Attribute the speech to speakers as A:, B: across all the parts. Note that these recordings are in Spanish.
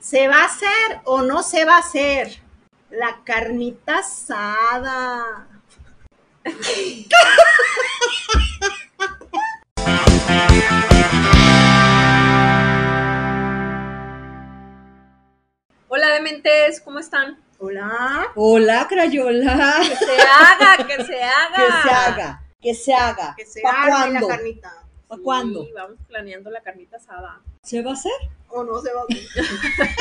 A: ¿Se va a hacer o no se va a hacer? La carnita asada.
B: Hola dementes, ¿cómo están?
A: Hola.
C: Hola, Crayola.
B: Que se haga, que se haga.
C: Que se haga, que se haga.
A: Que se
C: ¿Pa'
A: haga la
C: cuándo?
A: carnita.
C: ¿Pa'
B: Sí,
C: cuándo?
B: vamos planeando la carnita asada.
C: ¿Se va a hacer?
A: O no se va a hacer.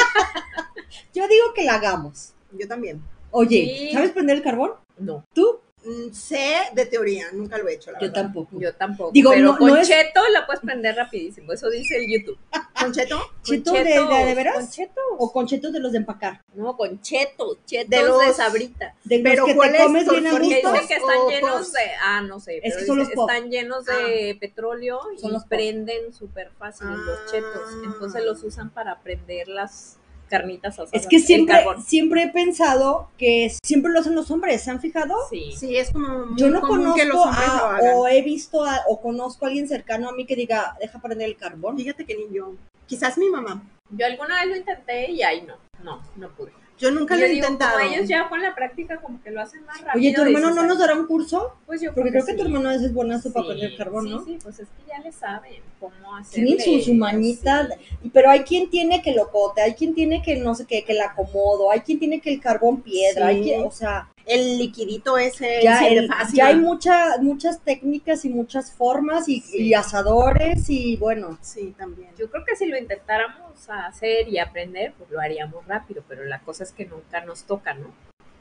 C: Yo digo que la hagamos.
A: Yo también.
C: Oye,
B: Sí.
C: ¿sabes prender el carbón?
B: No,
C: ¿Tú?
A: Mm, Sé de teoría, nunca lo he hecho, la
C: Yo
A: verdad.
C: tampoco.
B: yo tampoco.
C: Digo,
B: pero
C: no-
B: con
C: no es-
B: cheto la puedes prender rapidísimo, eso dice el YouTube.
A: ¿Con cheto?
C: ¿Cheto
B: Con
C: de,
B: chetos,
C: de, de veras?
B: con chetos.
C: ¿O con chetos de los de empacar?
B: No, con chetos, chetos
A: De
B: de,
A: los-
B: sabrita.
C: ¿De
A: Pero
C: los que te
A: ¿cuáles
C: comes
A: son?
C: bien a
A: Porque
B: Porque
C: gusto?
B: dicen que están
A: o
B: llenos
A: puffs?
B: de, ah, no sé, pero
C: que son los Ah.
B: dice- están llenos de petróleo
C: Son
B: y
C: los puffs.
B: prenden súper fácil
A: Ah.
B: los chetos. Entonces los usan para prender las carnitas asadas.
C: Es que
B: el
C: siempre,
B: carbón.
C: siempre he pensado que siempre lo hacen los hombres, ¿se han fijado?
B: Sí.
A: Sí, es como muy
C: Yo no
A: común
C: conozco
A: que los hombres
C: a-
A: lo hagan.
C: o he visto a- o conozco a alguien cercano a mí que diga, deja prender el carbón.
A: Fíjate que ni yo. Quizás mi mamá.
B: Yo alguna vez lo intenté y ahí no, no, no pude.
A: Yo nunca
B: Yo
A: lo he
B: digo,
A: intentado.
B: Como ellos ya con la práctica como que lo hacen más rápido.
C: Oye, ¿tu hermano no
B: dices,
C: nos
B: "Ay,
C: dará un curso?
B: Pues yo
C: Porque creo que tu
B: sí".
C: hermano es buenazo para prender el
B: Sí,
C: carbón, ¿no?
B: Sí, sí, pues es que ya le saben cómo hacer.
C: Tienen su, su manita, y- pero hay quien tiene que locote, hay quien tiene que no sé qué, que la acomodo, hay quien tiene que el carbón piedra,
A: Sí.
C: hay quien, o sea,
A: El liquidito ese
C: ya,
A: se le
C: el-
A: fácil.
C: ya hay muchas muchas técnicas y muchas formas y,
B: Sí.
C: y asadores y bueno,
A: Sí, también.
B: Yo creo que si lo intentáramos hacer y aprender, pues lo haríamos rápido, pero la cosa es que nunca nos toca, ¿no?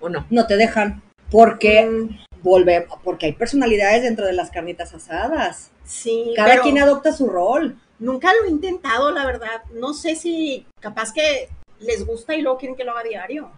B: ¿O no?
C: no te dejan porque
A: Mm,
C: volvemos, porque hay personalidades dentro de las carnitas asadas.
A: Sí,
C: Cada
A: pero
C: quien adopta su rol.
A: nunca lo he intentado, la verdad. No sé si capaz que les gusta y luego quieren que lo haga diario.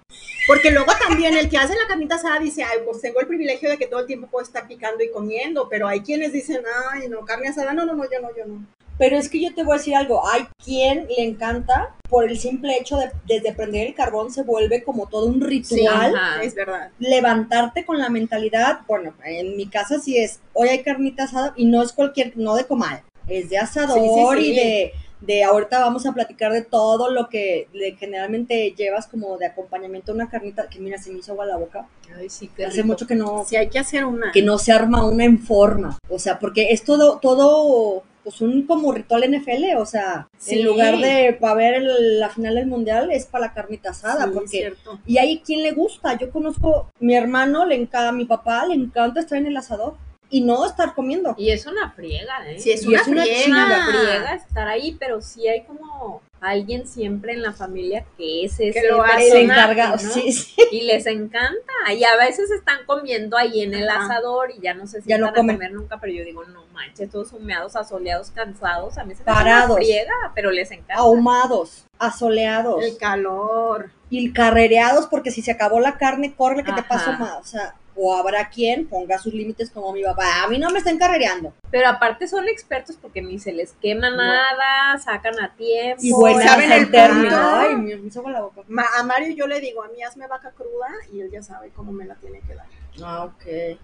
A: Porque luego también el que hace la carnita asada dice, ay, pues tengo el privilegio de que todo el tiempo puedo estar picando y comiendo, pero hay quienes dicen, ay, no, carne asada, no, no, no, yo no, yo no.
C: Pero es que yo te voy a decir algo, hay quien le encanta por el simple hecho de desde prender el carbón se vuelve como todo un ritual.
B: Ajá.
A: es verdad.
C: levantarte con la mentalidad, bueno, en mi casa sí es, hoy hay carnita asada y no es cualquier, no de comal, es de asador
A: Sí, sí, sí.
C: y de, de ahorita vamos a platicar de todo lo que le- generalmente llevas como de acompañamiento a una carnita, que mira, se me hizo agua la boca,
B: Ay, sí, qué
C: hace
B: rico.
C: mucho que no,
A: Si hay que hacer una.
C: que no se arma una en forma, o sea, porque es todo, todo, pues un como ritual NFL, o sea,
B: Sí.
C: en lugar de para ver el- la final del mundial es para la carnita asada,
A: Sí,
C: porque
A: cierto.
C: y hay quien le gusta. Yo conozco mi hermano, le encanta, mi papá le encanta estar en el asador y no estar comiendo.
B: Y es una friega, ¿eh?
A: Si es
C: Y
A: una,
C: es una
A: friega.
B: es una friega estar ahí, pero sí hay como alguien siempre en la familia que es ese
A: lo
B: personaje,
A: hace,
C: El encargado,
B: ¿no?
C: sí, sí.
B: y les encanta. Y a veces están comiendo ahí en el
A: Ajá.
B: asador y ya no sé si
C: Ya no
B: van a
C: comen.
B: comer nunca, pero yo digo, no manches, todos humeados, asoleados, cansados, a mí se me hace una
C: Parados.
B: friega, pero les encanta.
C: ahumados, asoleados
A: El calor.
C: y carrereados porque si se acabó la carne, corre que te
B: Ajá.
C: paso más. O sea, o habrá quien ponga sus límites como mi papá. A mí no me están carrereando.
B: Pero aparte son expertos porque ni se les quema
C: No.
B: nada, sacan a tiempo.
C: Y
A: Oh,
C: bueno,
A: ¿saben el
C: término.
A: punto?
C: Ay, me me hizo agua la boca.
A: Ma- a Mario yo le digo, a mí hazme vaca cruda y él ya sabe cómo me la tiene que dar.
C: Ah, ok.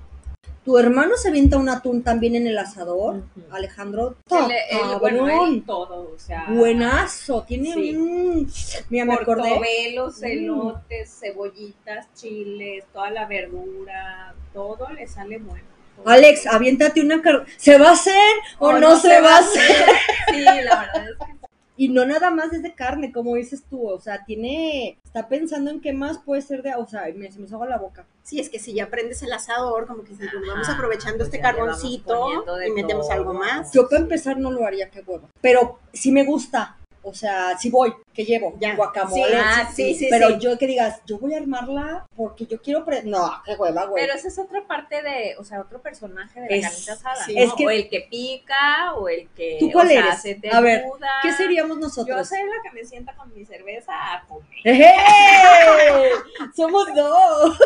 C: ¿Tu hermano se avienta un atún también en el asador?
B: Ujú.
C: Alejandro,
B: Mm. Él- él, bueno, él
C: Ah, cabrón.
B: todo, o sea.
C: Buenazo, tiene
B: Sí.
C: un. Mira, me acordé.
B: Portobelos,
C: Mm.
B: elotes, cebollitas, chiles, toda la verdura, todo le sale bueno. todo.
C: Alex, aviéntate una car- ¿Se va a hacer o, no, se, va a hacer?
B: Sí, la verdad es que
C: Y no nada más es de carne, como dices tú. O sea, tiene. Está pensando en qué más puede ser de. O sea, me, se me hizo agua la boca.
A: Sí, es que si ya prendes el asador, como que dices, pues, vamos
B: Ajá,
A: aprovechando
B: pues
A: este
B: ya le vamos
A: carboncito
B: poniendo de
A: y metemos
B: todo.
A: algo más.
C: Yo para empezar no lo haría, qué huevo. Pero sí me gusta. O sea, si voy, que llevo
A: Ya.
C: guacamole.
A: Sí,
B: ah,
A: sí, sí,
C: pero
A: sí.
C: yo que digas, yo voy a armarla porque yo quiero. pre- no, qué hueva, güey.
B: Pero esa es otra parte de, o sea, otro personaje de la
C: Es-
B: carnita asada.
A: sí.
B: ¿no?
C: Es que-
B: o el que pica, o el que
C: ¿Tú cuál
B: o sea,
C: eres?
B: se te
C: A ver,
B: ayuda.
C: ¿Qué seríamos
B: ah, Yo
C: nosotros?
B: soy la que me sienta con mi cerveza a comer.
C: ¡Eh! Somos dos.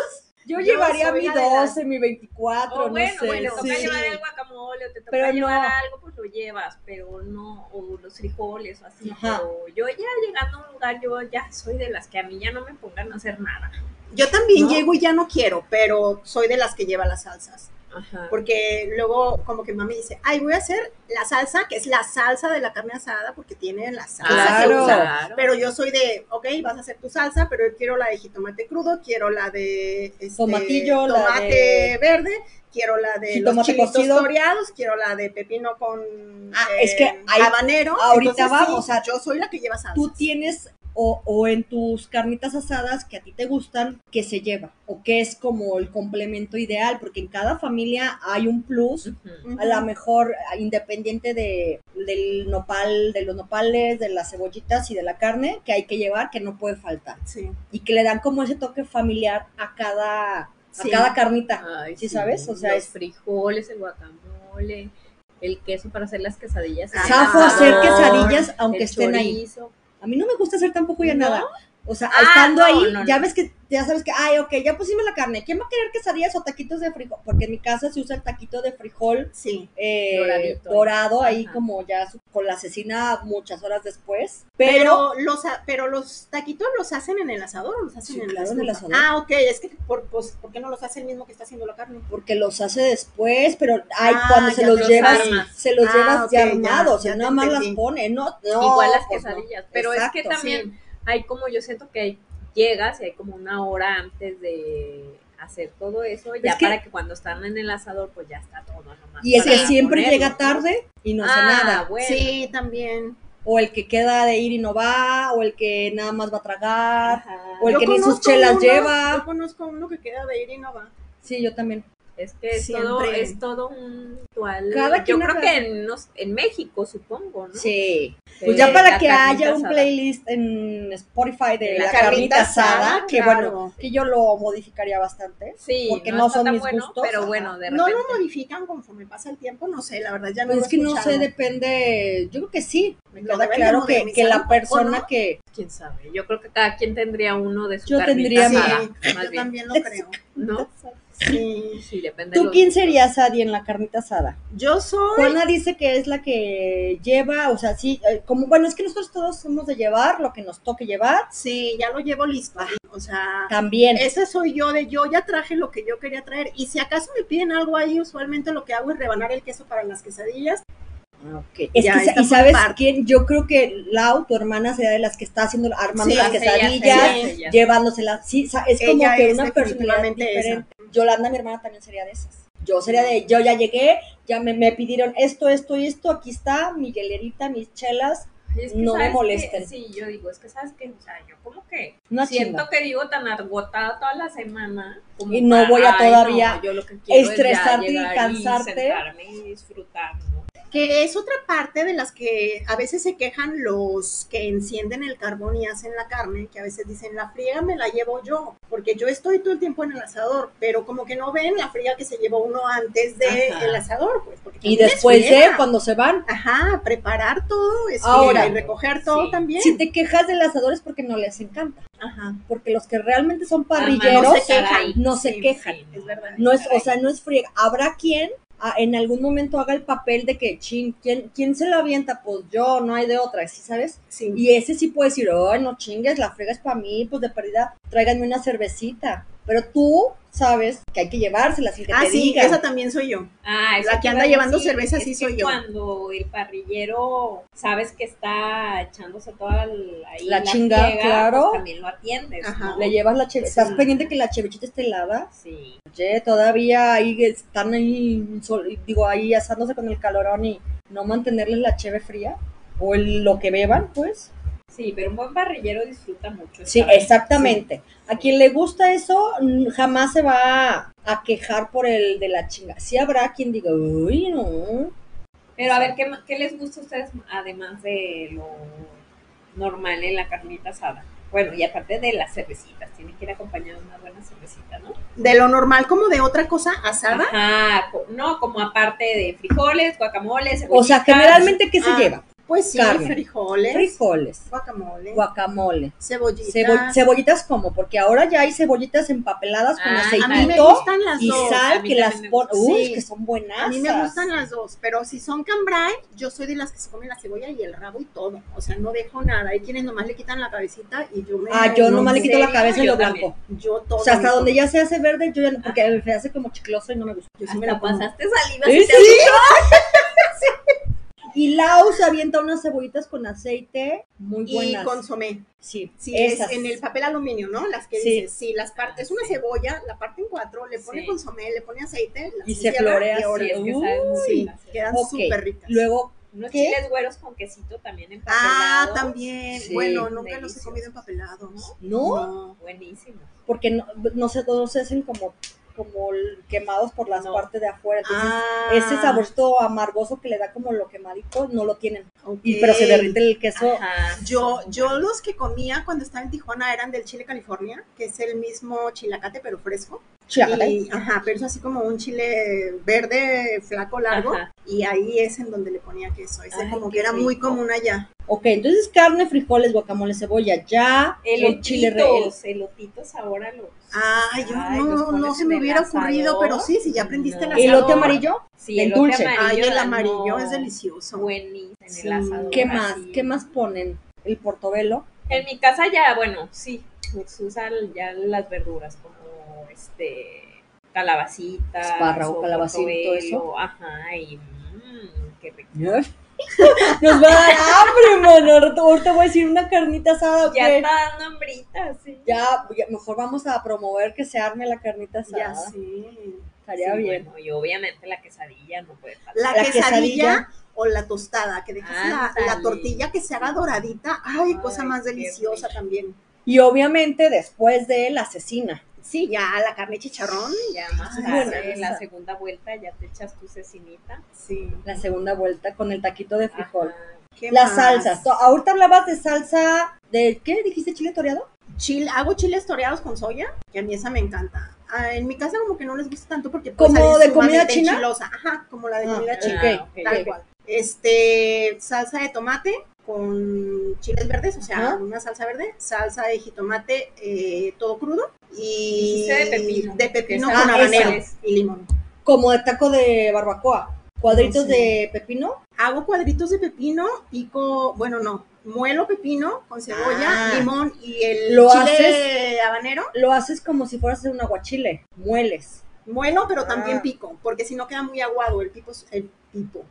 B: Yo
C: Yo, llevaría
B: soy
C: mi
B: la de las-
C: 12, mi 24,
B: O bueno,
C: no sé.
B: o le toca
C: sí.
B: llevar el guacamole, o te toca
C: Pero
B: llevar
C: no.
B: algo, pues lo llevas, pero no, o los frijoles o así.
C: Ajá.
B: Pero yo ya llegando a un lugar, yo ya soy de las que a mí ya no me pongan a hacer nada.
A: Yo también
C: ¿No?
A: llego y ya no quiero, pero soy de las que lleva las salsas.
B: Ajá.
A: Porque luego como que mami dice, ay, voy a hacer la salsa, que es la salsa de la carne asada, porque tiene la salsa. que
C: Ah, Claro.
A: usa. Pero yo soy de, ok, vas a hacer tu salsa, pero yo quiero la de jitomate crudo, quiero la de este,
C: Tomatillo, la
A: tomate
C: de-
A: verde, quiero la de los
C: Jitomate
A: chilitos
C: cocido.
A: toreados, quiero la de pepino con eh,
C: Ah, es que ahí-
A: habanero.
C: ahorita
A: Entonces,
C: vamos,
A: sí,
C: o sea,
A: yo soy la que lleva salsa.
C: Tú tienes, o, o en tus carnitas asadas que a ti te gustan, que se lleva, o que es como el complemento ideal, porque en cada familia hay un plus.
B: Ujú.
A: Ujú.
C: A lo mejor, ah, independiente de, del nopal, de los nopales, de las cebollitas y de la carne, que hay que llevar, que no puede faltar.
A: Sí.
C: Y que le dan como ese toque familiar a cada,
A: Sí.
C: a cada carnita.
B: Ay,
C: ¿Sí sabes? O sea,
B: los
C: es-
B: frijoles, el guacamole, el queso para hacer las quesadillas.
A: Ah,
C: Zafo
A: Ah,
C: hacer
A: no.
C: quesadillas aunque
B: el
C: estén ahí.
B: chorizo.
C: A mí no me gusta hacer tampoco ya
B: ¿No?
C: nada. O sea,
B: Ah,
C: estando
B: no,
C: ahí,
B: no, no.
C: ya ves que, ya sabes que, ay, ok, ya pusimos la carne. ¿Quién va a querer quesadillas o taquitos de frijol? Porque en mi casa se usa el taquito de frijol
A: Sí.
C: eh,
B: Doradito.
C: dorado, ahí
B: Ajá.
C: como ya su- con la asesina muchas horas después. Pero,
A: Pero, los a- pero los taquitos los hacen en el asador o los hacen
C: Sí,
A: en,
C: claro,
A: la
C: en el
A: estufa?
C: asador.
A: Ah, ok, es que por, pues, ¿por qué no los hace el mismo que está haciendo la carne?
C: porque los hace después, pero ay,
A: Ah,
C: cuando se
A: ya
C: los
B: los
C: llevas,
B: armas.
C: se los
A: Ah,
C: llevas
A: ok,
C: ya
A: ya,
C: armados, o sea,
A: ya te
C: nada más las
A: entendí.
C: pone, no, no,
B: Igual las
C: pues no.
B: quesadillas. Pero es que
C: Exacto,
B: también hay como, yo siento que hay- llegas y hay como una hora antes de hacer todo eso, ya
C: que-
B: para que cuando están en el asador, pues ya está todo nomás.
C: Y es
B: para
C: que siempre
B: ponerlo.
C: llega tarde y no hace
B: Ah,
C: nada.
B: bueno.
A: Sí, también.
C: o el que queda de ir y no va, o el que nada más va a tragar,
B: Ajá.
C: o el
A: Yo
C: que ni sus
A: conozco
C: chelas
A: uno- Yo
C: lleva.
A: conozco uno que queda de ir y no va.
C: Sí, yo también.
B: Es que es
A: Siempre.
B: todo, es todo un ritual.
C: Cada
B: Yo
C: quien
B: creo
C: haga-
B: que en, nos- en México, supongo, ¿no?
C: Sí.
B: De
C: Pues ya para
B: la
C: que
B: carnita
C: haya un
B: asada.
C: playlist en Spotify de
B: De
C: la,
B: la
C: carnita,
A: carnita
C: asada,
A: asada,
C: que
A: claro.
C: bueno, que yo lo modificaría bastante.
B: Sí,
C: porque no
B: está
C: son
B: tan
C: mis
B: bueno,
C: gustos,
B: Pero
C: ajá.
B: bueno, de
A: No
B: repente.
A: lo modifican conforme pasa el tiempo, no sé, la verdad ya no
C: Pues
A: lo
C: es que
A: he
C: no sé,
A: escuchado.
C: depende, yo creo que sí.
A: Me
C: Me da
A: acabo de
C: claro que, que
A: modernizar un
C: la
A: poco,
C: persona
A: ¿no?
C: que...
B: quién sabe. Yo creo que cada quien tendría uno de su
C: Yo
B: carnita
C: tendría
B: asada,
A: Sí,
B: más
A: yo
B: bien,
A: también lo creo.
B: ¿no?
A: Sí.
B: Sí, depende. de
C: ¿Tú
B: los
C: quién
B: gustos.
C: serías, Adi, en la carnita asada?
A: Yo soy
C: Juana dice que es la que lleva, o sea, sí, eh, como, bueno, es que nosotros todos somos de llevar lo que nos toque llevar,
A: Sí, ya lo llevo listo. O sea,
C: también.
A: ese soy yo de yo ya traje lo que yo quería traer. Y si acaso me piden algo ahí, usualmente lo que hago es rebanar el queso para las quesadillas.
C: Es
A: Ya,
C: que, sa-
A: esta
C: y
A: fue
C: sabes
A: parte.
C: quién, yo creo que Lau, tu hermana, será de las que está haciendo, armando
A: Sí,
C: las
B: Ya sé, ya sé,
C: quesadillas,
B: ya sé, ya sé.
C: llevándoselas, sí, sa- es como
A: Ella
C: que
A: es
C: una personalidad
A: definitivamente
C: diferente. Yolanda, mi hermana, también sería de esas. Yo sería de, yo ya llegué, ya me, me pidieron esto, esto y esto, aquí está mi hielerita, mis chelas,
B: Y es que,
C: No me
B: ¿sabes qué?
C: molesten.
B: Sí, yo digo, es que sabes que, o sea, yo como que
C: una
B: siento
C: chinga.
B: que digo tan agotada toda la semana. como
C: Y no voy a
B: "Ay,
C: todavía
B: no, yo lo que quiero es ya
C: estresarte y
B: llegar
C: cansarte".
B: sentarme y disfrutar, ¿no?
A: Que es otra parte de las que a veces se quejan los que encienden el carbón y hacen la carne, que a veces dicen, la friega me la llevo yo, porque yo estoy todo el tiempo en el asador, pero como que no ven la friega que se llevó uno antes del
B: Ajá.
A: asador. Pues, porque
C: Y
A: también es
C: después de,
A: friega.
C: cuando se van,
A: Ajá, preparar todo, es
C: Ahora.
A: Ahora, y recoger todo
B: Sí.
A: también.
C: si te quejas del asador es porque no les encanta,
A: Ajá.
C: porque los que realmente son
B: Además,
C: parrilleros
A: se quejan.
B: caray,
C: no se
B: sí,
C: quejan.
B: sí,
A: Es verdad.
C: No es, o sea, no es friega. Habrá quien ah, en algún momento haga el papel de que, ching, ¿quién, ¿quién se lo avienta? Pues yo, no hay de otra, ¿sí sabes?
A: Sí.
C: Y ese sí puede decir, ay, no chingues, la friega es para mí, pues de pérdida, tráiganme una cervecita. Pero tú sabes que hay que llevársela sin que
A: ah,
C: te
A: sí,
C: digan.
A: esa también soy yo.
B: Ah, eso
A: La que
B: te iba
A: anda
B: a
A: llevando
B: decir,
A: cerveza,
B: es
A: sí
B: que
A: soy yo.
B: Cuando el parrillero sabes que está echándose toda el- ahí
C: La chinga, claro.
B: pues también lo atiendes.
A: Ajá.
B: ¿no?
C: Le llevas la cheve, estás
B: Sí.
C: pendiente que la chevechita esté helada.
B: Sí.
C: Oye, todavía ahí están ahí, sol- digo, ahí asándose con el calorón y no mantenerles la cheve fría o el- lo que beban, pues.
B: Sí, pero un buen parrillero disfruta mucho.
C: Sí,
B: ¿sabes?
C: exactamente. A quien le gusta eso, mm, jamás se va a quejar por el de la chinga. Sí habrá quien diga, uy, no.
B: Pero a ver, ¿qué, ma- qué les gusta a ustedes además de lo normal en la carnita asada. Bueno, y aparte de las cervecitas, tiene que ir acompañada de una buena cervecita, ¿no?
A: De lo normal como de otra cosa asada.
B: Ajá, co- no, como aparte de frijoles, guacamoles,
C: O sea,
B: cebollitas.
C: generalmente, ¿qué se
A: Ah,
C: lleva?
A: Pues sí,
C: Carne.
A: frijoles,
C: Frijoles,
A: guacamole,
C: guacamole,
A: cebollitas.
C: cebo- cebollitas como, porque ahora ya hay cebollitas empapeladas con
B: Ah,
A: a mí me
C: aceitito
A: gustan las
C: y
A: dos.
C: sal
B: A mí
C: que las
B: también me
C: ponen.
B: gusta.
C: Uy,
A: Sí.
C: que son buenas.
A: A mí me gustan las dos, pero si son cambrai, yo soy de las que se comen la cebolla y el rabo y todo. O sea, no dejo nada. Hay quienes nomás le quitan la cabecita y yo me.
C: Ah, yo
A: no
C: nomás le
A: sé.
C: quito la cabeza y
B: Yo
C: lo blanco.
A: Yo todo.
C: O sea, hasta
A: me
C: donde
A: como.
C: ya se hace verde, yo ya no,
A: Ah.
C: porque se hace como chicloso y no me gusta.
A: Yo sí me la
B: Hasta
A: como.
B: pasaste saliva.
C: ¿Sí?
B: si te
C: Y Lau se avienta unas cebollitas con aceite muy
A: Y
C: buenas.
A: consomé.
C: Sí,
A: Sí,
C: esas.
A: es en el papel aluminio, ¿no? Las que
C: Sí.
A: dices, sí, las partes, es una
B: Sí.
A: cebolla, la parte en cuatro, le pone
B: Sí.
A: consomé, le pone aceite, la
C: Y se
A: cierra
C: florea
A: y ahora-
C: así.
B: Sí, es que
C: Uy,
B: saben muy
A: sí,
B: bien hacer.
A: quedan
C: Ok,
A: súper ricas.
C: Luego,
B: Unos
C: ¿Qué?
B: chiles güeros con quesito también
A: ah,
B: empapelado.
A: también.
C: Sí,
A: bueno, nunca los he
B: delicioso.
A: comido empapelados.
C: ¿no?
B: Buenísimo.
C: Porque no, no se, no se hacen como, como l- quemados por las
B: No.
C: partes de afuera. Entonces,
A: Ah,
C: ese saborcito amargoso que le da como lo quemadito, no lo tienen.
A: ok.
C: Y, pero se derrite el queso.
B: Ajá,
A: Yo,
B: son
A: yo
B: buenos.
A: los que comía cuando estaba en Tijuana eran del chile California, que es el mismo chilacate pero fresco.
C: Chilacate.
A: Y, ajá, pero es así como un chile verde, flaco, largo.
B: Ajá.
A: Y ahí es en donde le ponía queso. Ese
B: Ay,
A: como
B: qué
A: que era muy
B: rico.
A: común allá.
C: Ok, entonces carne, frijoles, guacamole, cebolla, ya.
B: Elotitos,
C: chile re- el- Ah,
B: elotitos ahora los...
A: Ay, yo
B: Ay, los
A: no,
B: pones
A: no se
B: en
A: me
B: el
A: hubiera
B: asador.
A: ocurrido, pero sí, si ya aprendiste
B: No.
A: el asador.
C: elote amarillo.
B: Sí,
C: el
B: elote
C: dulce.
A: Ay,
B: amarillo.
A: el
B: no,
A: amarillo es delicioso.
B: Buenísimo. En
A: Sí.
B: el asador.
C: ¿Qué más?
B: así.
C: ¿Qué más ponen? El portobelo.
B: En mi casa ya, bueno, sí, pues, se usan ya las verduras como este calabacita,
C: Espárrago, calabacín, todo eso.
B: Ajá, y mmm, qué rico.
C: Nos va a dar hambre, mano. Ahorita- Ahorita voy a decir una carnita asada.
B: Ya
C: que-
B: está dando hambrita, sí.
C: ya, ya, mejor vamos a promover que se arme la carnita asada.
A: Ya sé.
C: Estaría
B: Sí,
C: bien.
B: bueno, y obviamente la quesadilla no puede faltar.
A: La,
C: La
A: quesadilla,
C: quesadilla.
A: o la tostada, que dejas la- la,
B: Ándale.
A: tortilla que se haga doradita. Ay, cosa
B: Ah, Ay,
A: más
B: qué
A: deliciosa
B: rico.
A: también.
C: Y obviamente después de la asesina.
A: Sí, ya la carne chicharrón.
B: Ya más
C: Ay,
B: tarde,
C: buena
B: en la
C: esa.
B: segunda vuelta ya te echas tu cecinita.
A: Sí.
C: La segunda vuelta con el taquito de frijol.
B: Ajá.
A: ¿Qué
C: Las
A: más?
C: salsas. To- Ahorita hablabas de salsa de ¿qué dijiste chile toreado?
A: Chil- hago chiles toreados con soya, que a mí esa me encanta. Ah, en mi casa como que no les gusta tanto porque puede
C: ¿Como
A: salir
C: de comida
A: sumamente
C: china?
A: enchilosa. Ajá, como la de
C: Ah,
A: comida
C: ok.
A: china,
B: ok,
A: tal
B: ok.
A: cual. Este, salsa de tomate con chiles verdes, o sea,
C: Ajá.
A: una salsa verde, salsa de jitomate eh, todo crudo y
B: Dijiste de pepino,
A: de pepino
B: que
C: esa-
A: con
C: ah,
A: habanero
B: esa es.
A: y limón.
C: Como de taco de barbacoa. Cuadritos
A: No sé.
C: de pepino.
A: Hago cuadritos de pepino, pico, bueno, no, muelo pepino con cebolla,
C: Ah.
A: limón y el
C: Lo
A: chile
C: haces-
A: habanero.
C: Lo haces como si fueras un aguachile. Mueles.
A: Muelo, pero también
C: Ah.
A: pico, porque si no queda muy aguado el pipo, el pipo.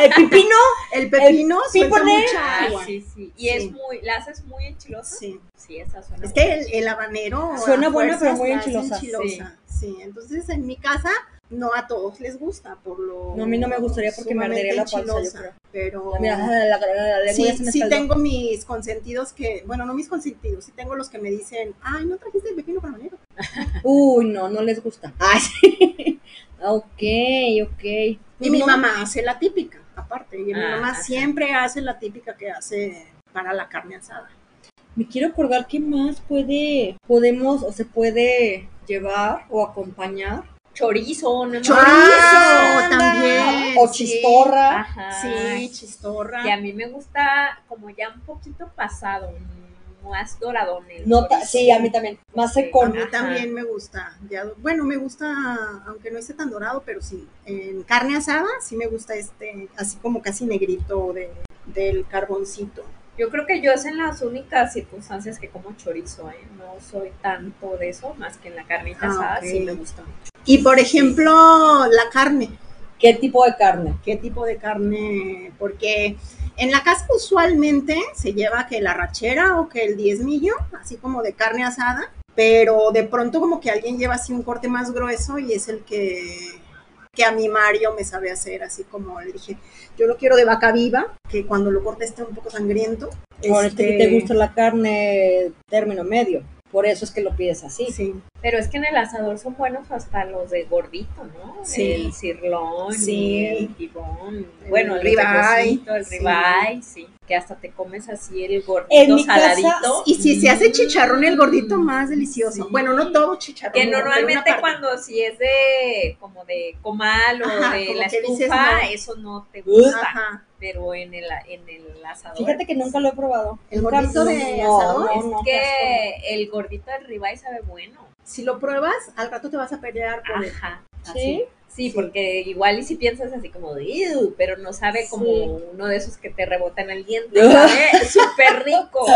C: El pepino.
A: El pepino suelta
C: pípone.
A: mucha
B: Ah,
A: agua.
B: sí, sí.
A: Sí.
B: Y es muy, la haces muy enchilosa.
A: Sí.
B: Sí, esa suena.
A: Es que el, el habanero
C: Suena
A: a
C: bueno, pero
A: fuerzas
C: muy
A: la hace
C: enchilosa.
A: Sí. entonces en mi casa no a todos les gusta por lo
C: No, a mí no me gustaría porque me ardería la panza, yo
A: sumamente enchilosa, Pero
C: Mira, la, la, la lengua
A: Oh. sí,
C: ya se me
A: sí
C: escaldó.
A: tengo mis consentidos que, bueno, no mis consentidos, sí tengo los que me dicen, "Ay, no trajiste el pepino para habanero."
C: Uy, no, no les gusta. Ay, sí. Ok, ok.
A: Y mi
C: No,
A: mamá hace la típica, aparte, y mi
B: Ah,
A: mamá
B: ajá.
A: siempre hace la típica que hace para la carne asada.
C: Me quiero acordar qué más puede, podemos o se puede llevar o acompañar.
B: Chorizo, no
A: Chorizo
C: Ah,
A: también. sí.
C: O
A: Ah,
C: chistorra.
B: Ajá.
A: Sí, chistorra.
B: Y a mí me gusta como ya un poquito pasado, mm, más doradón. el
C: No ta-
B: chorizo.
C: sí, a mí también. Más
B: Ok.
A: A
C: secón.
A: mí
B: Ajá.
A: también me gusta. ya- bueno, me gusta, aunque no esté tan dorado, pero sí. En carne asada sí me gusta este, así como casi negrito de- del carboncito.
B: Yo creo que yo es en las únicas circunstancias que como chorizo, ¿eh? No soy tanto de eso, más que en la carnita
A: Ah,
B: asada,
A: ok.
B: sí me gusta.
A: Y por ejemplo, la carne.
C: ¿Qué tipo de carne?
A: ¿Qué tipo de carne? Porque en la casa usualmente se lleva que la rachera o que el diezmillo, así como de carne asada, pero de pronto como que alguien lleva así un corte más grueso y es el que, que a mi Mario me sabe hacer, así como le dije, yo lo quiero de vaca viva, que cuando lo corte está un poco sangriento.
C: Ahora
A: Este,
C: que te gusta la carne término medio. Por eso es que lo pides así.
A: Sí,
B: Pero es que en el asador son buenos hasta los de gordito, ¿no?
A: Sí.
B: El cirlón,
A: Sí.
B: el tibón, bueno, el
A: ribeye,
B: ribeye, el
A: sí.
B: ribeye, sí. Que que hasta te comes así el
C: En
B: gordito
C: mi casa,
B: saladito. Mm.
A: Y si se hace chicharrón el gordito
C: Mm,
A: más delicioso.
C: sí.
A: Bueno, no todo chicharrón.
B: Que
A: no, pero una
B: normalmente
A: parte.
B: cuando si es de como de comal o
A: Ajá,
B: de
A: como
B: la
A: que dices,
B: estufa,
A: no.
B: eso no te gusta,
A: Ajá.
B: pero en el, en el asador.
C: Fíjate que nunca lo he probado.
A: El
C: Nunca-
A: gordito de
C: no,
A: asador.
C: no,
B: es
C: no, qué asco.
B: que el gordito del ribeye sabe bueno.
A: Si lo pruebas, al rato te vas a pelear por él.
B: Ajá.
C: ¿Sí?
B: Sí, porque igual y si piensas así como, "Ew", pero no sabe como
C: Sí.
B: uno de esos que te rebotan el diente, sabe súper rico.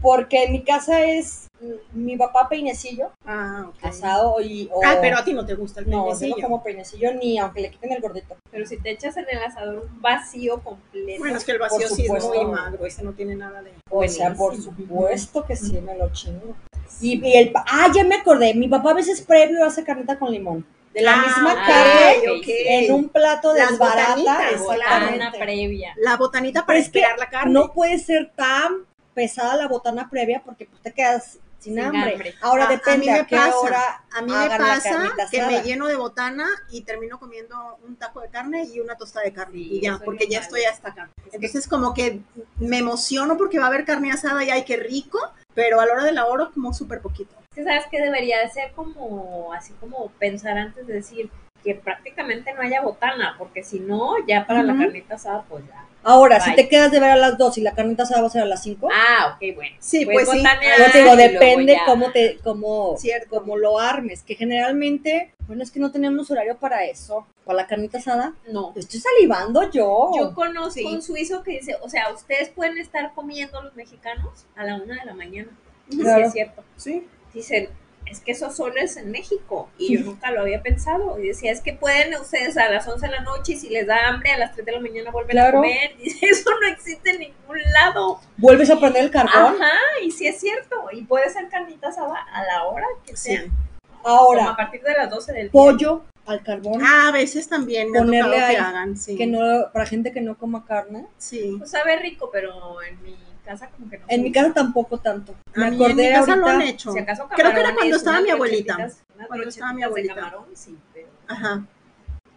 C: Porque en mi casa es mm, mi papá peinecillo,
A: Ah, ok.
C: asado y... o-
A: Ah, pero a ti no te gusta el
C: No, yo
A: peinecillo.
C: no como peinecillo ni aunque le quiten el gordito.
B: Pero si te echas en el asador un vacío completo,
A: Bueno, es que el vacío sí es
C: supuesto.
A: muy magro, ese no tiene nada de...
C: O sea, por
B: Buenísimo.
C: supuesto que sí, me lo chingo. Y, y el... pa- Ah, ya me acordé. Mi papá a veces previo hace carnita con limón. De la misma
B: ok.
C: carne,
A: Ah, ok,
B: ok.
C: en un plato
A: Las
C: desbarata.
A: botanitas,
C: Exactamente.
B: botana previa.
A: La botanita para
C: Es que
A: esperar la carne.
C: No puede ser tan pesada la botana previa porque pues, te quedas sin,
B: Sin
C: hambre.
B: hambre.
C: Ahora
A: A- a
C: depende
A: mí
C: a,
A: me
C: qué
A: pasa.
C: hora
A: A mí me
C: hagan la
A: pasa
C: carnita
A: que me
C: asada.
A: lleno de botana y termino comiendo un taco de carne y una tostada de carne.
B: Sí,
A: y ya,
B: eso es
A: porque ya
B: normal.
A: estoy hasta acá. Entonces como que me emociono porque va a haber carne asada y ay, qué rico, pero a la hora de la hora como súper poquito.
B: Es que sabes que debería de ser como, así como pensar antes de decir que prácticamente no haya botana, porque si no, ya para la
A: Ujú.
B: carnita asada, pues ya.
C: Ahora, si
B: Bye.
C: te quedas de ver a las 2 y la carnita asada va a ser a las 5,
B: Ah, ok, bueno.
A: Sí,
B: Pues
A: pues, sí.
B: botanear
C: yo te digo,
B: y luego
C: depende
B: ya.
C: cómo te cómo,
A: Cierto.
C: cómo lo armes, que generalmente, bueno, es que no tenemos horario para eso, para la carnita asada.
B: No.
C: Estoy salivando yo.
B: Yo conozco
A: Sí.
B: un suizo que dice, o sea, ustedes pueden estar comiendo los mexicanos a la una de la mañana. Y sí
C: Claro.
B: es cierto.
A: Sí.
B: Dicen, es que eso solo es en México. Y yo nunca lo había pensado. Y decía, es que pueden ustedes a las 11 de la noche y si les da hambre a las 3 de la mañana vuelven
C: Claro.
B: a comer. Dice, eso no existe en ningún lado.
C: Vuelves a prender el carbón.
A: Ah,
B: Ajá, y sí es cierto. Y puede ser carnita asada a la hora que
A: Sí.
B: sea. Como a
C: Ahora,
B: partir de las 12 del día.
C: pollo al carbón,
A: Ah, a veces también me ha
C: Ponerle
A: tocado que
C: ahí
A: hagan, sí.
C: que no para gente que no coma carne.
A: Sí.
B: Pues sabe rico, pero en mi casa como que no.
C: En mi casa tampoco tanto.
A: A
C: Me
A: mí en mi
C: acordé
A: casa
C: ahorita.
A: lo han hecho.
B: Si acaso
A: Creo que era
B: camarones,
A: cuando estaba
B: unas
A: mi abuelita.
B: brochetitas- unas
A: Cuando estaba mi abuelita.
B: brochetitas de camarón, sí, pero
A: Ajá.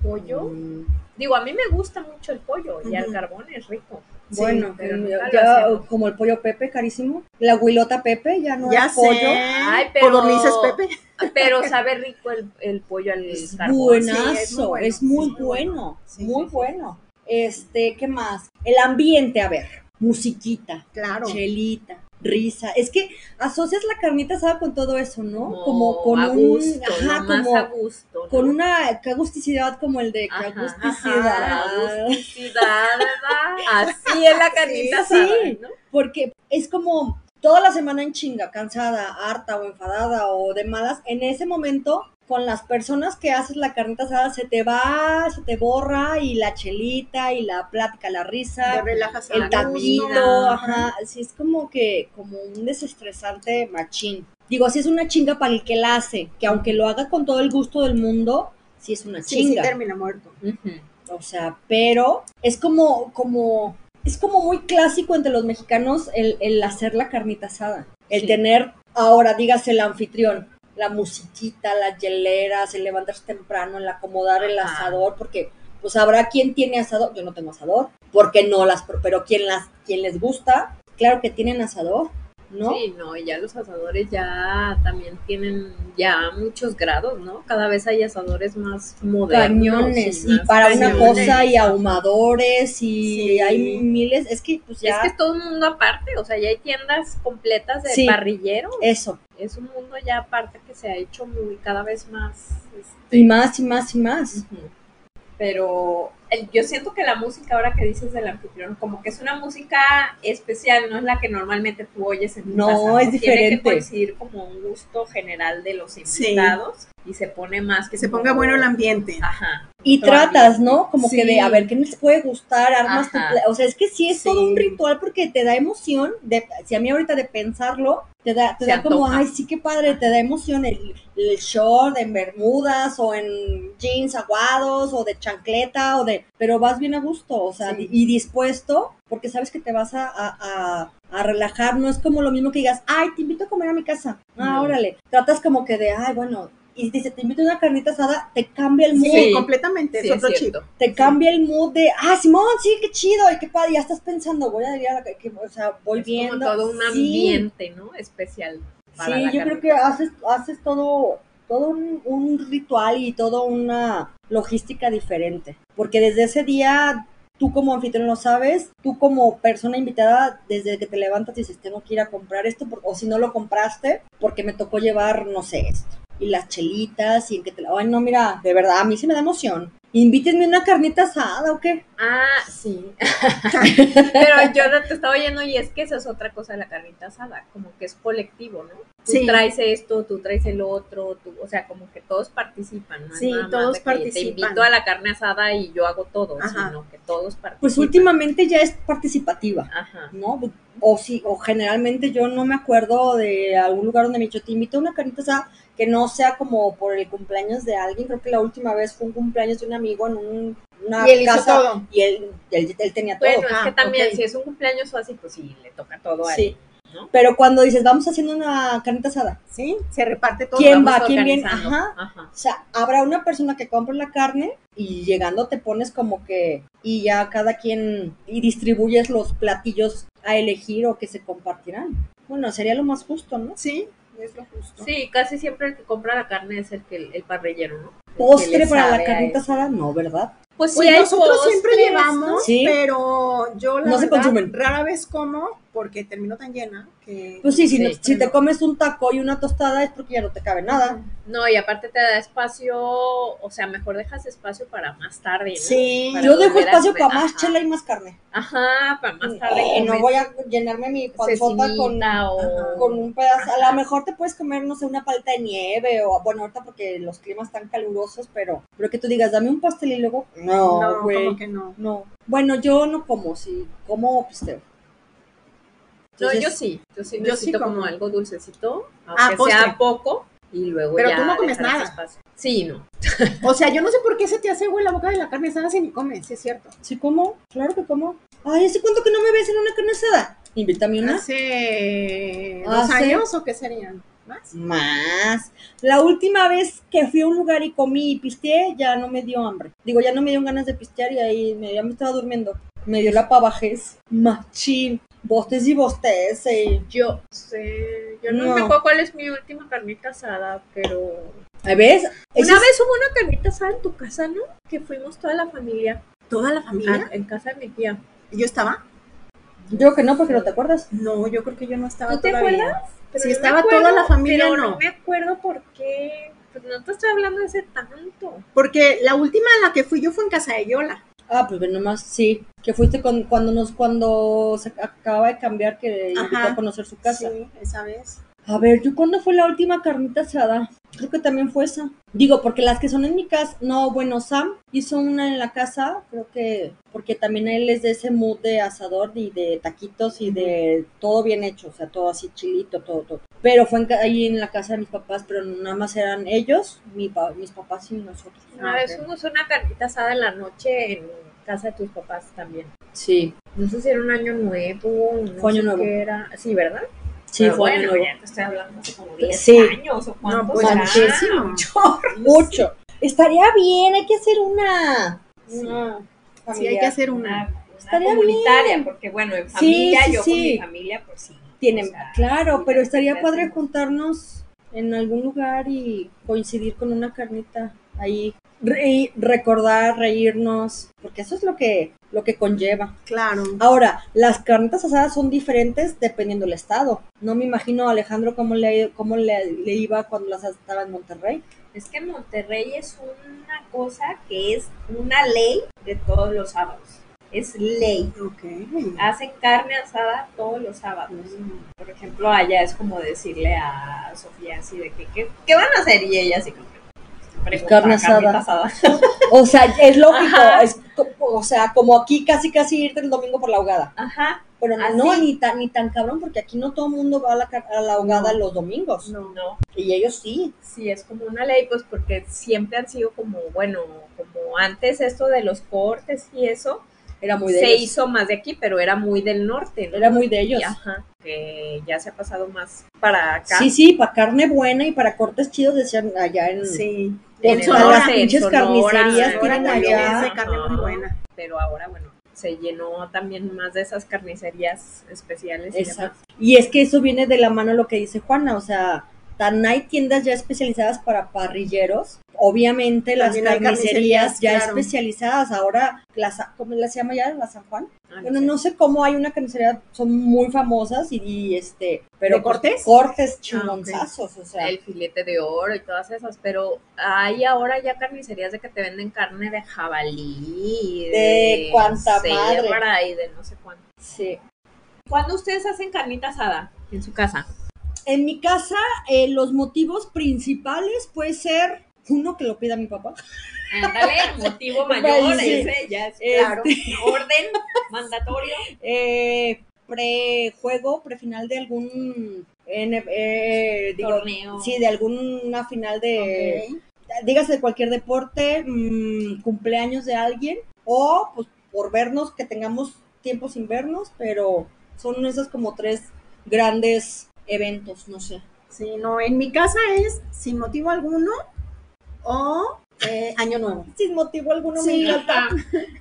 B: pollo.
C: Mm.
B: Digo, a mí me gusta mucho el pollo y al
A: Ujú.
B: carbón es rico.
A: Sí,
C: Bueno,
B: pero
C: mm,
B: nunca lo
C: ya
B: hacemos.
C: como el pollo Pepe carísimo, la huilota Pepe ya no
A: ya
C: es
A: sé.
C: pollo.
B: Ay, pero-
A: Codornices, Pepe.
B: Pero sabe rico el, el pollo al
C: Es
B: carbón.
C: buenazo,
A: Sí, es muy bueno,
C: es
A: sí, es muy Sí,
C: muy bueno, muy
A: sí, sí.
C: bueno. Este, ¿qué más? El ambiente, a ver, musiquita,
A: Claro.
C: chelita, risa. Es que asocias la carnita asada con todo eso, ¿no?
B: No,
C: como con
B: a
C: un
B: gusto,
C: ajá,
B: lo más
C: como
B: a gusto. ¿no?
C: con una qué agusticidad como el de qué
B: Ajá,
C: agusticidad.
B: ajá, agusticidad, ¿verdad? Así es la carnita
C: Sí,
B: asada,
C: sí.
B: ¿no?
C: Porque es como toda la semana en chinga, cansada, harta o enfadada o de malas, en ese momento con las personas que haces la carnita asada se te va, se te borra y la chelita y la plática, la
A: Te
C: risa,
A: relajas a
C: el ah,
A: gusto.
C: taquito, ajá, sí es como que como un desestresante machín. Digo, sí es una chinga para el que la hace, que aunque lo haga con todo el gusto del mundo, sí es una
A: Sí, sí,
C: chinga.
A: termina muerto.
B: Ujú.
C: O sea, pero es como, como, es como muy clásico entre los mexicanos el, el hacer la carnita asada. El
B: Sí.
C: tener, ahora dígase el anfitrión, la musiquita, las hieleras, el levantarse temprano, el acomodar el
B: Ajá.
C: asador, porque pues habrá quien tiene asador, yo no tengo asador, porque no las, pro- pero quien las, quien les gusta, claro que tienen asador, ¿no?
B: Sí, no, y ya los asadores ya también tienen ya muchos grados, ¿no? Cada vez hay asadores más modernos.
C: Cañones, y
B: más
C: para una
B: cañones.
C: cosa, y ahumadores, y
A: Sí.
C: hay miles, es que pues
B: Es
C: ya,
B: que es todo un mundo aparte, o sea, ya hay tiendas completas de
C: Sí.
B: parrillero.
C: eso.
B: Es un mundo ya aparte que se ha hecho muy cada vez más. este,
C: Y más, y más, y más.
B: ujú. Pero el- yo siento que la música ahora que dices del anfitrión, como que es una música especial, no es la que normalmente tú oyes en tu
C: No,
B: casa,
C: es
B: Tiene
C: diferente.
B: que coincidir como un gusto general de los
A: Sí.
B: invitados y se pone más
A: Que se ponga bueno el ambiente.
B: Ajá.
C: Y
B: Todavía.
C: tratas, ¿no? Como que de,
A: Sí.
C: a ver, ¿qué nos puede gustar? Armas tu...
B: Ajá.
C: pla- O sea, es que sí es
A: Sí.
C: todo un ritual porque te da emoción. De, si a mí ahorita de pensarlo, te da, te
B: Se
C: da como,
B: antoja.
C: ay, sí, qué padre, te da emoción el, el short en bermudas o en jeans aguados o de chancleta o de... Pero vas bien a gusto, o sea,
A: Sí.
C: y dispuesto porque sabes que te vas a... a- a- a relajar, no es como lo mismo que digas, ay, te invito a comer a mi casa, ah,
B: No.
C: órale, tratas como que de, ay, bueno, y dice, te invito a una carnita asada, te cambia el mood.
A: Sí,
B: Sí.
A: completamente.
B: Sí,
A: es
B: es
A: otro chip.
B: cierto.
C: Te cambia el mood de, ah, Simón, sí, qué chido, y qué padre, ya estás pensando, voy a ir a la, ca- que- o sea, voy
B: Es
C: viendo.
B: como todo un
C: Sí.
B: ambiente, ¿no? Especial. para
C: Sí,
B: la
C: yo creo
B: carne.
C: que haces, haces todo, todo un, un ritual y toda una logística diferente. Porque desde ese día, tú como anfitrión lo sabes, tú como persona invitada, desde que te levantas dices, tengo que ir a comprar esto, por- o si no lo compraste, porque me tocó llevar, no sé, esto. Y las chelitas, y en que te la... Ay, no, mira, de verdad, a mí sí me da emoción. Invítenme una carnita asada, ¿o qué?
B: Ah, sí. Pero yo no te estaba oyendo y es que esa es otra cosa de la carnita asada, como que es colectivo, ¿no? Tú
A: Sí.
B: traes esto, tú traes el otro, tú, o sea, como que todos participan, ¿no? Es
A: Sí,
B: nada más
A: todos
B: de que
A: participan.
B: Te invito a la carne asada y yo hago todo,
A: Ajá.
B: sino que todos participan.
C: Pues últimamente ya es participativa.
B: Ajá.
C: ¿no? O sí, o generalmente yo no me acuerdo de algún lugar donde me dicho, te invito a una carnita asada que no sea como por el cumpleaños de alguien. Creo que la última vez fue un cumpleaños de un amigo en un- una
A: Y él hizo
C: Ah, casa
A: todo.
C: y él, él- él tenía todo.
B: Bueno, es
A: Ah,
B: que también
A: ok.
B: si es un cumpleaños o así, pues sí, le toca todo a
C: Sí.
B: ¿no?
C: Pero cuando dices, vamos haciendo una carnita asada,
A: Sí, se reparte todo.
C: ¿Quién
B: Vamos
C: va? ¿Quién viene?
B: organizando.
C: Ajá.
B: Ajá.
C: o sea, habrá una persona que compre la carne y llegando te pones como que y ya cada quien y distribuyes los platillos a elegir o que se compartirán. Bueno, sería lo más justo, ¿no?
A: Sí, es lo justo.
B: Sí, casi siempre el que compra la carne es el que el parrillero, ¿no? El que
C: Postre
B: le
C: para
B: sabe
C: la
B: a
C: carnita
B: eso.
C: asada, no, ¿verdad?
B: Pues sí,
A: Pues
B: hay
A: nosotros siempre
B: postres,
A: llevamos,
B: ¿no?
C: Sí.
A: pero yo la
C: No se
A: verdad,
C: consumen.
A: rara vez como porque termino tan llena que
C: Pues sí, si,
B: Sí,
C: no- si
A: pero
C: te
A: no.
C: comes un taco y una tostada es porque ya no te cabe nada.
B: No, y aparte te da espacio, o sea, mejor dejas espacio para más tarde, ¿no?
A: sí,
B: Para
C: Yo dejo
B: volver a
C: espacio
B: comer,
C: para más
B: ajá.
C: chela y más carne.
B: Ajá, para más tarde.
C: Eh, no
B: comes
C: voy a llenarme mi panzota con,
B: cecinita o...
C: con un pedazo. A lo mejor te puedes comer, no sé, una paleta de nieve o, bueno, ahorita porque los climas están calurosos, pero, pero que tú digas, dame un pastel y luego, no,
A: no,
C: güey,
A: como
C: no,
A: que no.
C: Bueno, yo no como, sí, como, pues te-
B: No, yo
C: Entonces,
B: sí, yo sí
A: Yo sí
B: necesito como
A: como.
B: algo dulcecito,
A: Ah,
B: aunque
A: postre.
B: sea poco, y luego
A: Pero
B: ya
A: tú no comes
B: dejar ese
A: nada.
B: espacio. Sí, no.
A: O sea, yo no sé por qué se te hace agua en la boca de la carne asada si ni comes, sí es cierto.
C: Sí, como, claro que como. Ay, ¿hace cuánto que no me ves en una carne asada? Invítame una.
A: Hace dos
C: Hace-
A: años o qué serían más.
C: Más. La última vez que fui a un lugar y comí y pisteé, ya no me dio hambre. Digo, ya no me dieron ganas de pistear y ahí me, ya me estaba durmiendo. Me dio la pavajez. Machín. Bostes y bostes. eh.
B: Yo sé, yo no,
C: No.
B: me acuerdo cuál es mi última carnita asada, pero...
C: ¿Ves? Eso
B: Una
C: es-
B: vez hubo una carnita asada en tu casa, ¿no? Que fuimos toda la familia,
A: ¿Toda la
B: ah, en casa de mi tía.
A: ¿Yo estaba?
C: Yo que no, porque no te acuerdas.
A: No, yo creo que yo no estaba
B: ¿Tú te
A: todavía.
B: acuerdas? Pero
A: Si
B: no me
A: estaba toda la familia,
B: pero
A: no.
B: me acuerdo por qué. Pues no te estoy hablando de ese tanto.
A: Porque la última a la que fui yo fue en casa de Yola.
C: Ah, pues ve nomás, sí. Que fuiste con, cuando nos cuando se acaba de cambiar, que
A: Ajá.
C: invitó a conocer su casa.
A: Sí, esa vez.
C: A ver, ¿yo cuándo fue la última carnita asada? Creo que también fue esa. Digo, porque las que son en mi casa, no, bueno, Sam hizo una en la casa, creo que, porque también él es de ese mood de asador y de taquitos y de todo bien hecho, o sea, todo así chilito, todo, todo. Pero fue en ca- ahí en la casa de mis papás, pero nada más eran ellos, mi pa- mis papás y nosotros.
B: Una vez fuimos a una carnita asada en la noche en casa de tus papás también.
C: Sí,
B: No sé si era un año nuevo. No
C: Fue año
B: sé
C: nuevo.
B: qué era. Sí, ¿verdad?
C: sí,
B: Pero
C: fue
B: bueno,
C: nuevo.
B: ya te estoy hablando hace como 10
C: Sí.
B: años o cuánto.
A: No, pues
B: será.
A: muchísimo.
C: Mucho. Estaría bien, hay que hacer una.
B: Sí.
C: una
A: Sí, hay
C: familiar.
A: que hacer una.
B: Una, una
C: Estaría
B: comunitaria, porque bueno, en
C: Sí,
B: familia,
C: sí,
B: yo con
C: sí.
B: mi familia, pues sí.
C: Tienen,
B: o sea,
C: claro,
B: sí,
C: pero
B: también
C: estaría
B: se
C: padre
B: hace.
C: juntarnos en algún lugar y coincidir con una carnita ahí, Re- recordar, reírnos, porque eso es lo que lo que conlleva.
A: Claro.
C: Ahora, las carnitas asadas son diferentes dependiendo del estado. No me imagino a Alejandro cómo le cómo le, le iba cuando las estaba en Monterrey.
B: Es que Monterrey es una cosa que es una ley de todos los sábados. Es ley.
A: Ok.
B: Hacen carne asada todos los sábados. Por ejemplo, allá es como decirle a Sofía así de que, ¿qué, qué van a hacer? Y ella así como que "Pues, pregunta,
C: Pues, Carne asada.
B: "Carnita asada.
C: O sea, es lógico,
B: Ajá.
C: es co- o sea, como aquí casi casi irte el domingo por la ahogada.
B: Ajá.
C: Pero no,
B: ¿Ah,
C: no,
B: sí?
C: ni tan ni tan cabrón porque aquí no todo el mundo va a la, car- a la ahogada los domingos
B: No.
C: y ellos sí.
B: Sí, es como una ley, pues porque siempre han sido como, bueno, como antes esto de los cortes y eso,
C: Era muy de
B: se
C: ellos.
B: hizo más de aquí, pero era muy del norte, ¿no?
C: Era muy de ellos.
B: Y ajá, que ya se ha pasado más para acá.
C: Sí, sí, para carne buena y para cortes chidos decían allá en...
A: Sí.
C: En
B: En
C: Sonora,
B: Sonora,
C: las pinches
B: Sonora,
C: carnicerías
B: Sonora
C: tienen
A: también
C: allá.
A: es de carne muy
B: Ajá.
A: buena.
B: Pero ahora, bueno, se llenó también más de esas carnicerías especiales. y demás.
C: Exacto. Y es que eso viene de la mano lo que dice Juana, o sea, tan hay tiendas ya especializadas para parrilleros. Obviamente las
A: También hay
C: carnicerías
A: carnicerías,
C: ya
A: claro.
C: especializadas, ahora las, ¿cómo las llama ya? La San Juan.
B: Ah,
C: Bueno,
B: sé.
C: no sé cómo hay una carnicería, son muy famosas y, y, este, pero
A: ¿De cortes?
C: cortes chingonzazos, o sea,
B: pues, Ah, el filete de oro y todas esas, pero hay ahora ya carnicerías de que te venden carne de jabalí, y
C: De cuanta madre.
B: cebra y de no sé cuánto.
C: sí.
B: ¿Cuándo ustedes hacen carnita asada en su casa?
C: En mi casa, eh, los motivos principales puede ser uno que lo pida mi papá.
B: Ándale, motivo
C: Vale,
B: mayor,
C: sí.
B: ese ya es claro. Orden mandatorio.
C: Este, eh, prejuego, prefinal de algún N- eh, digo,
B: Torneo.
C: sí, de alguna final de dígase de cualquier deporte, mm, cumpleaños de alguien o pues por vernos que tengamos tiempo sin vernos, pero son esas como tres grandes eventos, no sé.
A: Sí, no, en mi casa es sin motivo alguno o eh, año nuevo.
C: Sin motivo alguno
A: Sí,
C: me
B: Ah,
C: encanta.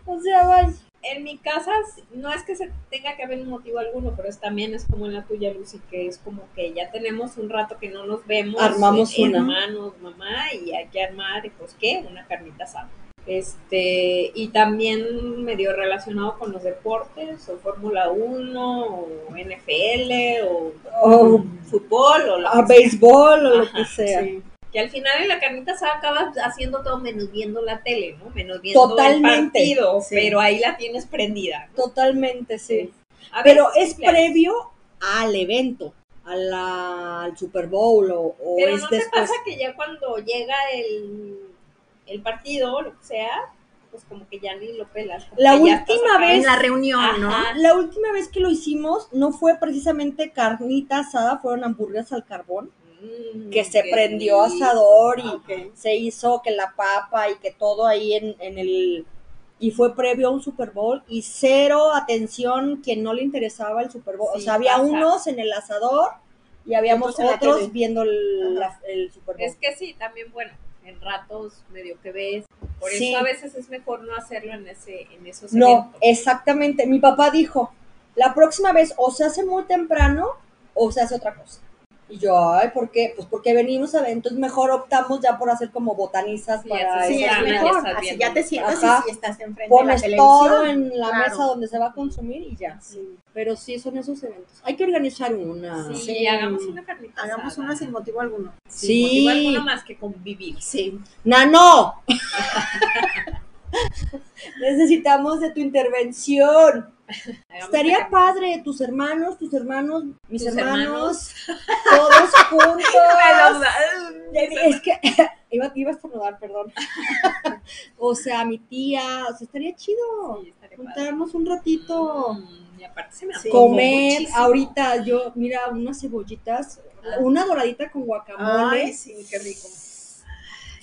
C: O sea, vaya.
B: en mi casa no es que se tenga que haber un motivo alguno, pero es, también es como en la tuya, Lucy, que es como que ya tenemos un rato que no nos vemos.
C: Armamos
B: eh,
C: una.
B: Hermanos, mamá, y hay que armar, y pues, ¿qué? Una carnita asada. Este, y también medio relacionado con los deportes, o Fórmula 1, o NFL, o
C: O
B: fútbol, o lo
C: a
B: que sea.
C: béisbol o lo
B: Ajá,
C: que Oh, sea.
A: Sí.
B: Que al final en la carnita asada acabas haciendo todo menos viendo la tele, ¿no? Menos viendo el
C: Totalmente,
B: partido,
A: sí.
B: pero ahí la tienes prendida.
C: Totalmente, sí.
B: A
C: Pero
B: veces,
C: es
B: claro.
C: previo al evento, a la- al Super Bowl o, o
B: Pero
C: es
B: no te
C: después.
B: pasa que ya cuando llega el, el partido, lo que sea, pues como que ya ni lo pelas. como
C: La
B: que ya estás
C: última
B: acá
C: vez-
B: en
A: En la reunión, ¿no?
B: Ajá.
C: La última vez que lo hicimos no fue precisamente carnita asada, fueron hamburguesas al carbón,
B: la- Mm,
C: que se
B: qué
C: prendió
B: rico.
C: asador y
A: Ok.
C: se hizo que la papa y que todo ahí en, en el... Y fue previo a un Super Bowl y cero atención quien no le interesaba el Super Bowl. o
B: Sí,
C: sea, había
B: pasa.
C: unos en el asador y habíamos
A: Otros en la
C: otros
A: tele.
C: viendo el,
A: Ajá.
C: la- el Super Bowl.
B: Es que sí, también bueno, en ratos medio que ves. Por
C: Sí.
B: eso a veces es mejor no hacerlo en ese en esos
C: No,
B: eventos.
C: exactamente. Mi papá dijo, la próxima vez o se hace muy temprano o se hace otra cosa. Y yo, ay, ¿por qué? Pues porque venimos a ver, entonces mejor optamos ya por hacer como botanizas
B: Sí,
C: para
B: así
A: Sí,
B: Ah,
A: es
C: esas
B: ya
A: mejor.
B: estás
A: Así
B: viendo.
A: ya te sientas
C: Ajá.
A: y si estás enfrente
C: Pones
A: de la
C: todo
A: televisión.
C: en la
A: claro.
C: mesa donde se va a consumir y ya.
A: Sí.
C: Pero sí, son esos eventos. Hay que organizar una.
B: Sí,
A: sí.
B: hagamos una carnita
A: Hagamos
B: asada.
A: una sin motivo alguno.
B: Sin motivo
C: Sí.
B: alguno más que convivir.
A: Sí.
C: ¡Nano! Necesitamos de tu intervención.
B: Hagamos
C: Estaría
B: una
C: padre, tus hermanos, tus hermanos, mis
B: Tus
C: hermanos, todos juntos. Ya vi- Es que iba, iba a estornudar, perdón. o sea, mi tía, o sea, estaría chido
B: Sí, estaría padre.
C: juntarnos un ratito,
B: Mm, Y aparte se me
A: Sí.
B: antojó
C: comer.
B: muchísimo.
C: Ahorita yo, mira, unas cebollitas,
B: Ah.
C: una doradita con guacamole.
A: Ay, sí, qué rico.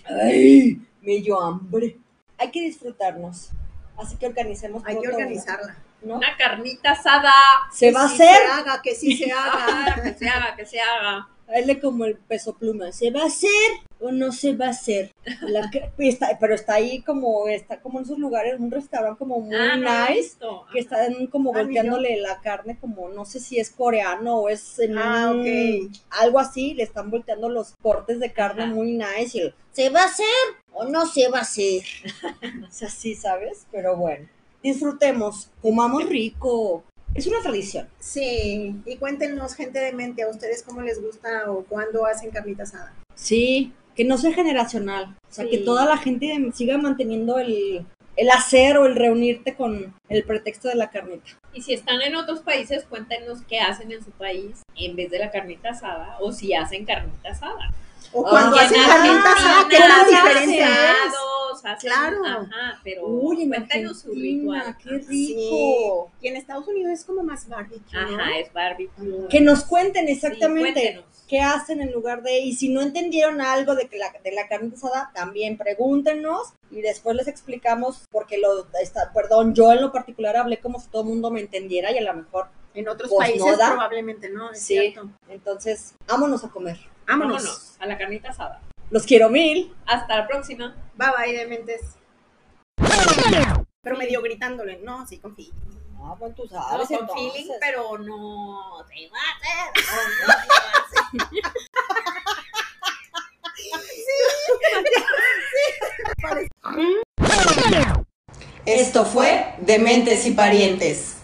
C: Ay, me dio hambre. Hay que disfrutarnos. Así que organicemos.
A: Hay que
C: pronto una,
A: organizarla.
C: ¿no?
B: Una carnita asada.
C: Se
A: Que
C: va a
A: sí
C: hacer.
A: Se haga, que sí se haga.
B: Ah, que se haga, que se haga.
C: Hazle como el peso pluma. ¿Se va a hacer o no se va a hacer? La que- está- pero está ahí como, está como en esos lugares, un restaurante como muy
B: Ah, no,
C: nice.
B: listo.
C: que están como
A: Ah, mira.
C: volteándole la carne, como no sé si es coreano o es en
A: Ah,
C: un-
A: ok.
C: algo así, le están volteando los cortes de carne
B: Ajá.
C: muy nice. Y el, ¿Se va a hacer o no se va a hacer? o sea, sí, ¿sabes? Pero bueno, disfrutemos, comamos rico. Es una tradición.
A: Sí, y cuéntenos, gente de mente, a ustedes cómo les gusta o cuándo hacen carnita asada.
C: Sí, que no sea generacional. O sea, que
B: Sí.
C: toda la gente siga manteniendo el, el hacer o el reunirte con el pretexto de la carnita.
B: Y si están en otros países, cuéntenos qué hacen en su país en vez de la carnita asada o si hacen carnita asada.
A: O
C: Ah,
A: cuando
C: que
A: hacen
C: en
A: carnita asada, que
C: Argentina
A: es
C: se
A: diferente.
C: hace.
B: diferentes. todos hacen.
A: Claro.
B: Ajá, pero
C: Uy, en
B: cuéntanos su
C: Argentina,
B: ritual. Ah,
C: qué rico.
A: Y en Estados Unidos es como más barbecue. ¿no?
B: Ajá, es barbecue.
C: Que nos cuenten
B: Sí,
C: exactamente
B: cuéntenos.
C: qué hacen en lugar de, y si no entendieron algo de, que la, de la carne asada, también pregúntenos y después les explicamos, porque lo, está, perdón, yo en lo particular hablé como si todo el mundo me entendiera y a lo mejor,
A: En otros
C: Pues
A: países
C: no da.
A: probablemente no, es
C: Sí.
A: cierto.
C: entonces, vámonos a comer.
A: Vámonos.
B: Vámonos a la carnita asada.
C: Los quiero mil.
B: Hasta la próxima.
A: Bye bye, dementes. Pero medio gritándole, no, sí, confío.
C: Ah, pues tú
B: No,
C: sabes
B: con
C: entonces.
B: feeling, pero no te va a hacer.
D: Esto fue Dementes y Parientes.